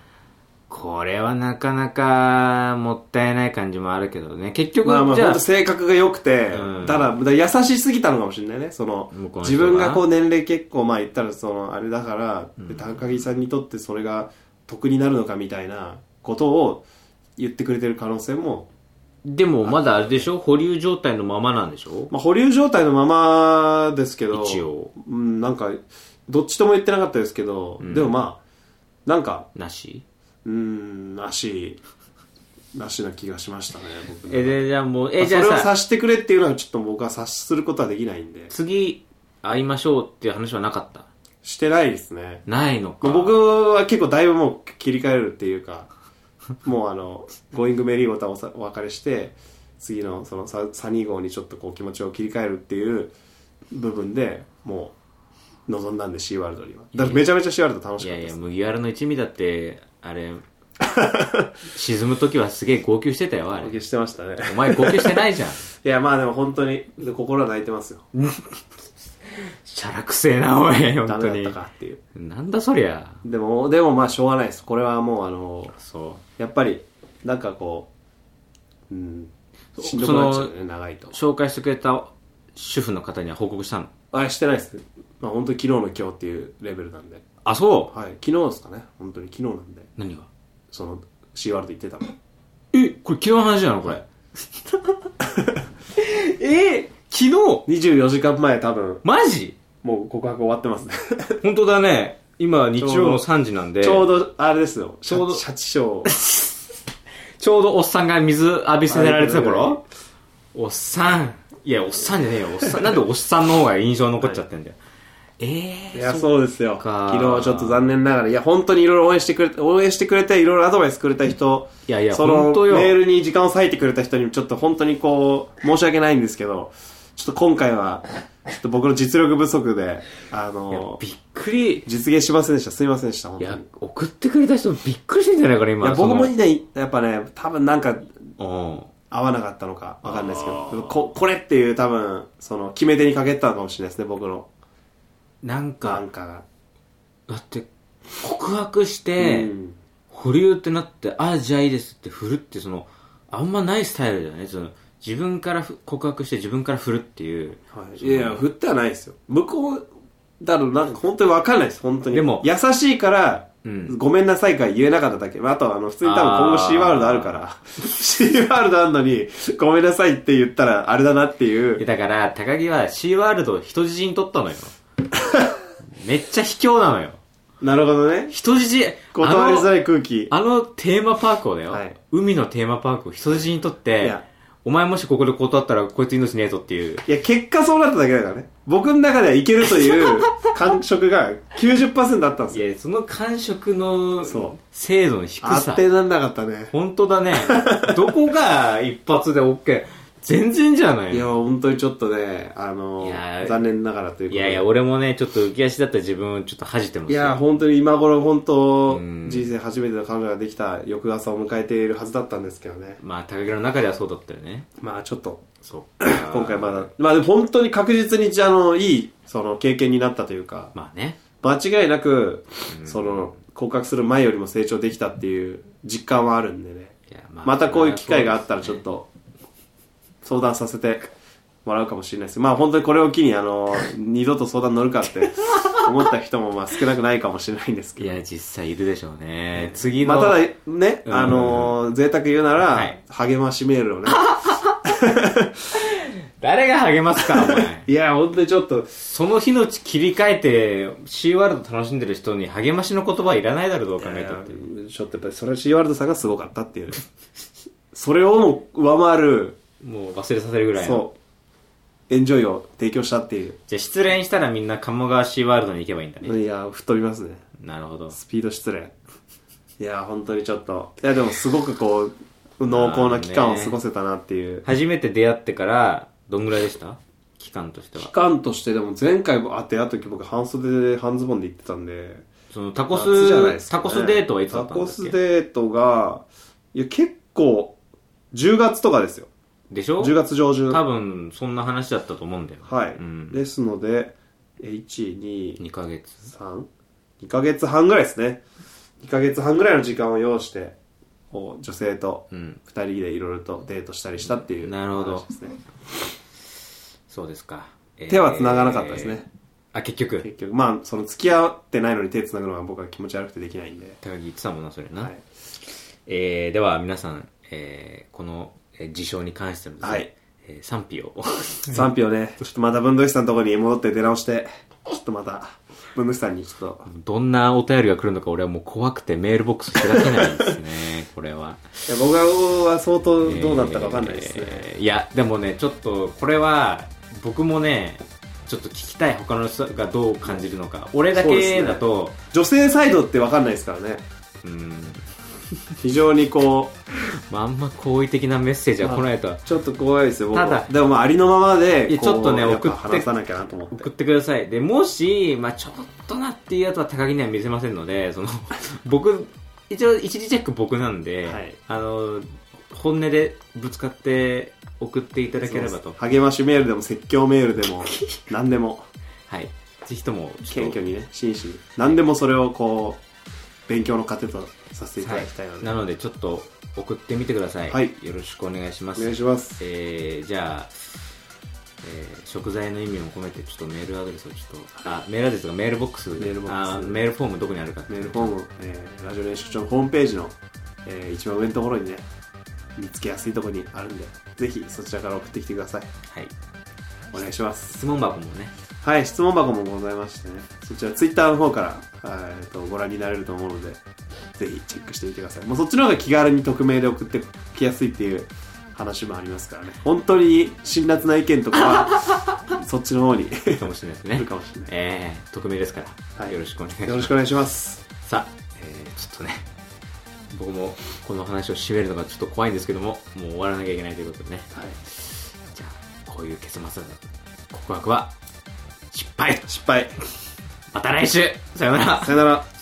Speaker 1: これはなかなかもったいない感じもあるけどね結局、
Speaker 2: まあまあ、
Speaker 1: じ
Speaker 2: ほ
Speaker 1: ゃ
Speaker 2: ん
Speaker 1: あ
Speaker 2: と性格が良くて、
Speaker 1: うん
Speaker 2: ただ、だから優しすぎたのかもしれないね。その
Speaker 1: 向こう、の人が
Speaker 2: 自分がこう年齢結構、まあ言ったらその、あれだから、で高木さんにとってそれが得になるのかみたいなことを言ってくれてる可能性も、
Speaker 1: でもまだあれでしょ保留状態のままなんでしょ
Speaker 2: まあ保留状態のままですけど、
Speaker 1: 一応
Speaker 2: うん、なんか、どっちとも言ってなかったですけど、でもまあ、なんか、
Speaker 1: なし
Speaker 2: うん、なし、なしな気がしましたね、僕
Speaker 1: えでじゃあもう
Speaker 2: ま
Speaker 1: え
Speaker 2: あ
Speaker 1: じゃあ
Speaker 2: それを
Speaker 1: さ
Speaker 2: 察してくれっていうのはちょっと僕は察することはできないんで、
Speaker 1: 次会いましょうっていう話はなかった
Speaker 2: してないですね。
Speaker 1: ないのか
Speaker 2: まあ僕は結構だいぶもう切り替えるっていうか、もうあの、ゴーイングメリーボタンをさお別れして、次のそのササニー号にちょっとこう気持ちを切り替えるっていう部分でもう望んだんでシーワールドには。だからめちゃめちゃシーワールド楽し
Speaker 1: い
Speaker 2: かっ
Speaker 1: や
Speaker 2: た
Speaker 1: い
Speaker 2: で
Speaker 1: や
Speaker 2: す。
Speaker 1: 麦わらの一味だってあ れ沈む時はすげえ号泣してたよあ
Speaker 2: お
Speaker 1: れ
Speaker 2: 受けしてましたね。
Speaker 1: お前号泣してないじゃん
Speaker 2: いやまあでも本当に心は泣いてますよ。
Speaker 1: しゃらくせえなおい本
Speaker 2: ダ
Speaker 1: 当
Speaker 2: メ
Speaker 1: に
Speaker 2: だったかっていう。
Speaker 1: なんだそりゃ
Speaker 2: でも、でもまあしょうがないです。これはもうあの、
Speaker 1: そ
Speaker 2: やっぱり、なんかこう、うん、
Speaker 1: そ
Speaker 2: しんどくなっちゃうよね、長いと
Speaker 1: う。紹介してくれた主婦の方には報告したの
Speaker 2: あれしてないです。まあ本当に昨日の今日っていうレベルなんで。
Speaker 1: あそう
Speaker 2: はい、昨日ですかね。本当に昨日なんで。
Speaker 1: 何が
Speaker 2: その、シーワールド行ってたの。
Speaker 1: えこれ昨日の話なのこ れえ昨日
Speaker 2: 24時間前多分、
Speaker 1: マジ
Speaker 2: もう告白終わってま すね。
Speaker 1: 本当だね今日曜の3時なんで
Speaker 2: ちょうど、あれですよ。
Speaker 1: ちょうど
Speaker 2: シャチショ ー。
Speaker 1: ちょうどおっさんが水浴びせられてた頃おっさん。いや、おっさんじゃねえよ。おっさん。なんでおっさんの方が印象残っちゃってんだよ。ええ
Speaker 2: いや、そうですよ。
Speaker 1: か
Speaker 2: 昨日はちょっと残念ながら、いや、本当にいろいろ応援してくれて、応援してくれて、いろいろアドバイスくれた人、
Speaker 1: いやいや
Speaker 2: その
Speaker 1: 本当よ
Speaker 2: メールに時間を割いてくれた人に、ちょっと本当にこう、申し訳ないんですけど、ちょっと今回は、ちょっと僕の実力不足で、あの、
Speaker 1: びっくり。
Speaker 2: 実現しませんでした。すいませんでした、本
Speaker 1: い
Speaker 2: 当
Speaker 1: や。、
Speaker 2: に
Speaker 1: 送ってくれた人びっくりしてんじゃないかな、
Speaker 2: い
Speaker 1: 今。
Speaker 2: や、僕も
Speaker 1: そ
Speaker 2: ね、やっぱね、多分なんか
Speaker 1: のうん。
Speaker 2: 合わなかったのかわかんないですけど、ここれっていう多分、その、決め手にかけたのかもしれないですね、僕の。
Speaker 1: なん
Speaker 2: な
Speaker 1: か
Speaker 2: ん、かが。
Speaker 1: だって、告白し
Speaker 2: う
Speaker 1: て、
Speaker 2: ん。
Speaker 1: 保留ってなって、あ、じゃあいいですって振るって、その、あんまないスタイルだよね。その、自分からふ告白して自分から振るっていう。
Speaker 2: はい、いやいや、振ってはないですよ。向こう、だろう、なんか本当にわかんないです、本当に。
Speaker 1: でも
Speaker 2: 優しいから、
Speaker 1: うん
Speaker 2: ごめんなさいから言えなかっただけ。まあ、あとは、あの、普通に多分今後
Speaker 1: あー
Speaker 2: C ワールドあるから、C ワールドあるのに、ごめんなさいって言ったら、あれだなってい
Speaker 1: で
Speaker 2: う。
Speaker 1: だから、高木はシーワールドを人質に取ったのよ。 めっちゃ卑怯なのよ。
Speaker 2: なるほどね。
Speaker 1: 人質、
Speaker 2: 断りづ
Speaker 1: あの
Speaker 2: らい空気。
Speaker 1: あのテーマパークをだよ、
Speaker 2: はい
Speaker 1: 海のテーマパークを人質に取っ
Speaker 2: い
Speaker 1: て
Speaker 2: や、
Speaker 1: お前もしここで断ったらこいつ命ねえぞっていう。
Speaker 2: いや、結果そうなっただけだからね。僕の中ではいけると いう感触が90%あったんです
Speaker 1: い
Speaker 2: よ。
Speaker 1: や、その感触の
Speaker 2: そう
Speaker 1: 精度の低
Speaker 2: あ
Speaker 1: さ
Speaker 2: っ。てなんなかったね。
Speaker 1: 本当 だね。どこが一発で OK。全然じゃない。
Speaker 2: い
Speaker 1: い
Speaker 2: や、
Speaker 1: や
Speaker 2: 本当にちょっとね、あの
Speaker 1: いや、
Speaker 2: 残念ながらということ
Speaker 1: い
Speaker 2: で。
Speaker 1: や、俺もね、ちょっと浮き足だった自分をちょっと恥じてます
Speaker 2: い
Speaker 1: よ
Speaker 2: や、本当に今頃本当、
Speaker 1: うん
Speaker 2: 人生初めての彼女ができた翌朝を迎えているはずだったんですけどね。
Speaker 1: まあ、高木の中ではそうだったよね。
Speaker 2: まあちょっと、
Speaker 1: そうか
Speaker 2: 今回まだ、まあでも本当に確実に、あの、いい、その、経験になったというか、
Speaker 1: まあね。
Speaker 2: 間違いなく、その、告白する前よりも成長できたっていう実感はあるんでね。
Speaker 1: いやまあ
Speaker 2: またこういう機会があったらちょっと、相 談させてもらうかもしれないです。まあ本当にこれを機に、あの、二度と相談乗るかって思った人もまあ少なくないかもしれないんですけ
Speaker 1: い
Speaker 2: ど。
Speaker 1: や、実際いるでしょうね。次の。
Speaker 2: まあ、ただね、
Speaker 1: うん
Speaker 2: あのー贅沢言うなら、
Speaker 1: はい
Speaker 2: 励ましメールを ね。
Speaker 1: 誰が励ますか、お前。
Speaker 2: いや、本当にちょっと、
Speaker 1: その日のうち切り替えて、シーワールド楽しんでる人に励ましの言葉いらないだろ、どう考えたって。
Speaker 2: ちょっとやっぱり、それはシーワールドさんがすごかったっていう。それをも上回る、
Speaker 1: もう忘れさせるぐらいの。
Speaker 2: そう、エンジョイを提供したっていう。
Speaker 1: じゃあ失恋したらみんな鴨川シーワールドに行けばいいんだね。
Speaker 2: いや、吹っ飛びますね。
Speaker 1: なるほど。
Speaker 2: スピード失礼。いや、本当にちょっと。いや、でもすごくこう、濃厚な期間を過ごせたなっていう。
Speaker 1: 初めて出会ってから、どんぐらいでした期間として
Speaker 2: 期
Speaker 1: は。
Speaker 2: 間としてでも前回もあって、あと僕半袖で半ズボンで行ってたんで。
Speaker 1: そのタコ
Speaker 2: 夏じゃないで
Speaker 1: ス、
Speaker 2: すか
Speaker 1: タ
Speaker 2: ね
Speaker 1: コスデートはいつだったんだっけ
Speaker 2: タコスデートが、いや、結構、10月とかですよ。
Speaker 1: でしょ
Speaker 2: 10月上旬。
Speaker 1: 多分、そんな話だったと思うんだよ。
Speaker 2: はい、
Speaker 1: うん。
Speaker 2: ですので、え1、2、
Speaker 1: 2ヶ月。
Speaker 2: 3、2ヶ月半ぐらいですね。2ヶ月半ぐらいの時間を要して、こう女性と
Speaker 1: うん。
Speaker 2: 2人でいろいろとデートしたりしたっていう、
Speaker 1: なるほど
Speaker 2: 話ですね
Speaker 1: そうですか。
Speaker 2: 手は繋がなかったですね。
Speaker 1: あ、結局。
Speaker 2: 結局、まあ、その付き合ってないのに手繋ぐのは僕は気持ち悪くてできないんで。
Speaker 1: 高木言ってたもんな、それな。
Speaker 2: はい。
Speaker 1: えー、では皆さん、えー、このえー事象に関してのですね、
Speaker 2: はい
Speaker 1: えー賛否を
Speaker 2: 賛否をね、ちょっとまた文土師さんのところに戻って出直して、ちょっとまた、文土師さんにちょっと、
Speaker 1: どんなお便りが来るのか俺はもう怖くてメールボックス開けないんですねこれはい
Speaker 2: や僕は相当どうなったか分かんないですね。
Speaker 1: えーいやでもねちょっとこれは僕もねちょっと聞きたい他の人がどう感じるのか俺だ
Speaker 2: そうです
Speaker 1: け
Speaker 2: ね
Speaker 1: だと
Speaker 2: 女性サイドって分かんないですからね。
Speaker 1: う,、ん
Speaker 2: 非常にこ
Speaker 1: まああんま好意的なメッセージは来ないとは
Speaker 2: う、ちょっと怖いですよ、僕は
Speaker 1: ただ
Speaker 2: でもまあ、ありのままで、
Speaker 1: いや
Speaker 2: こう
Speaker 1: ちょっとね
Speaker 2: や
Speaker 1: 送
Speaker 2: ぱ
Speaker 1: って
Speaker 2: 話さなきゃなと思って
Speaker 1: 送っ。てくださいでもし、まあ、ちょっとなっていうやつは高木には見せませんのでその 僕一応一時チェック僕なんで、
Speaker 2: はい
Speaker 1: あの本音でぶつかって送っていただければ
Speaker 2: そう
Speaker 1: と、
Speaker 2: 励ましメールでも説教メールで も、何でも、
Speaker 1: はい、ぜひともちょっ
Speaker 2: 謙
Speaker 1: と
Speaker 2: 虚にね、真摯に。何でもそれをこう、勉強の糧とさせていた
Speaker 1: は
Speaker 2: だきたいの
Speaker 1: い、
Speaker 2: で。
Speaker 1: なのでちょっと送ってみてください、
Speaker 2: はい
Speaker 1: よろしくお願いしま
Speaker 2: お
Speaker 1: す
Speaker 2: 願いします。
Speaker 1: えー、じゃあ、えー食材の意味も込めてちょっとメールアドレスをちょっとあメールアドレスがメールボックス
Speaker 2: メールボックス
Speaker 1: あメールフォームどこにあるか
Speaker 2: メールフォーム、えーラジオ練習場のホームページの、えー一番上のところにね、見つけやすいところにあるんで、ぜひそちらから送ってきてください。
Speaker 1: はい、
Speaker 2: お願いします。
Speaker 1: 質問箱もね
Speaker 2: はい、質問箱もございましてね、そちらツイッターの方から、あーえーとご覧になれると思うので、ぜひチェックしてみてください。もうそっちの方が気軽に匿名で送ってきやすいっていう話もありますからね、本当に辛辣な意見とかは、そっちの方に
Speaker 1: かもしれないですね
Speaker 2: 来るかもしれない。
Speaker 1: えー、匿名ですから、
Speaker 2: はい
Speaker 1: よろしくお願いします
Speaker 2: よろしくお願いします。
Speaker 1: さあ、えー、ちょっとね僕もこの話を締めるのがちょっと怖いんですけどももう終わらなきゃいけないということでね
Speaker 2: はい、
Speaker 1: じゃあこういう結末だ告白は失敗
Speaker 2: 失敗。
Speaker 1: また来週さよなら
Speaker 2: さよなら。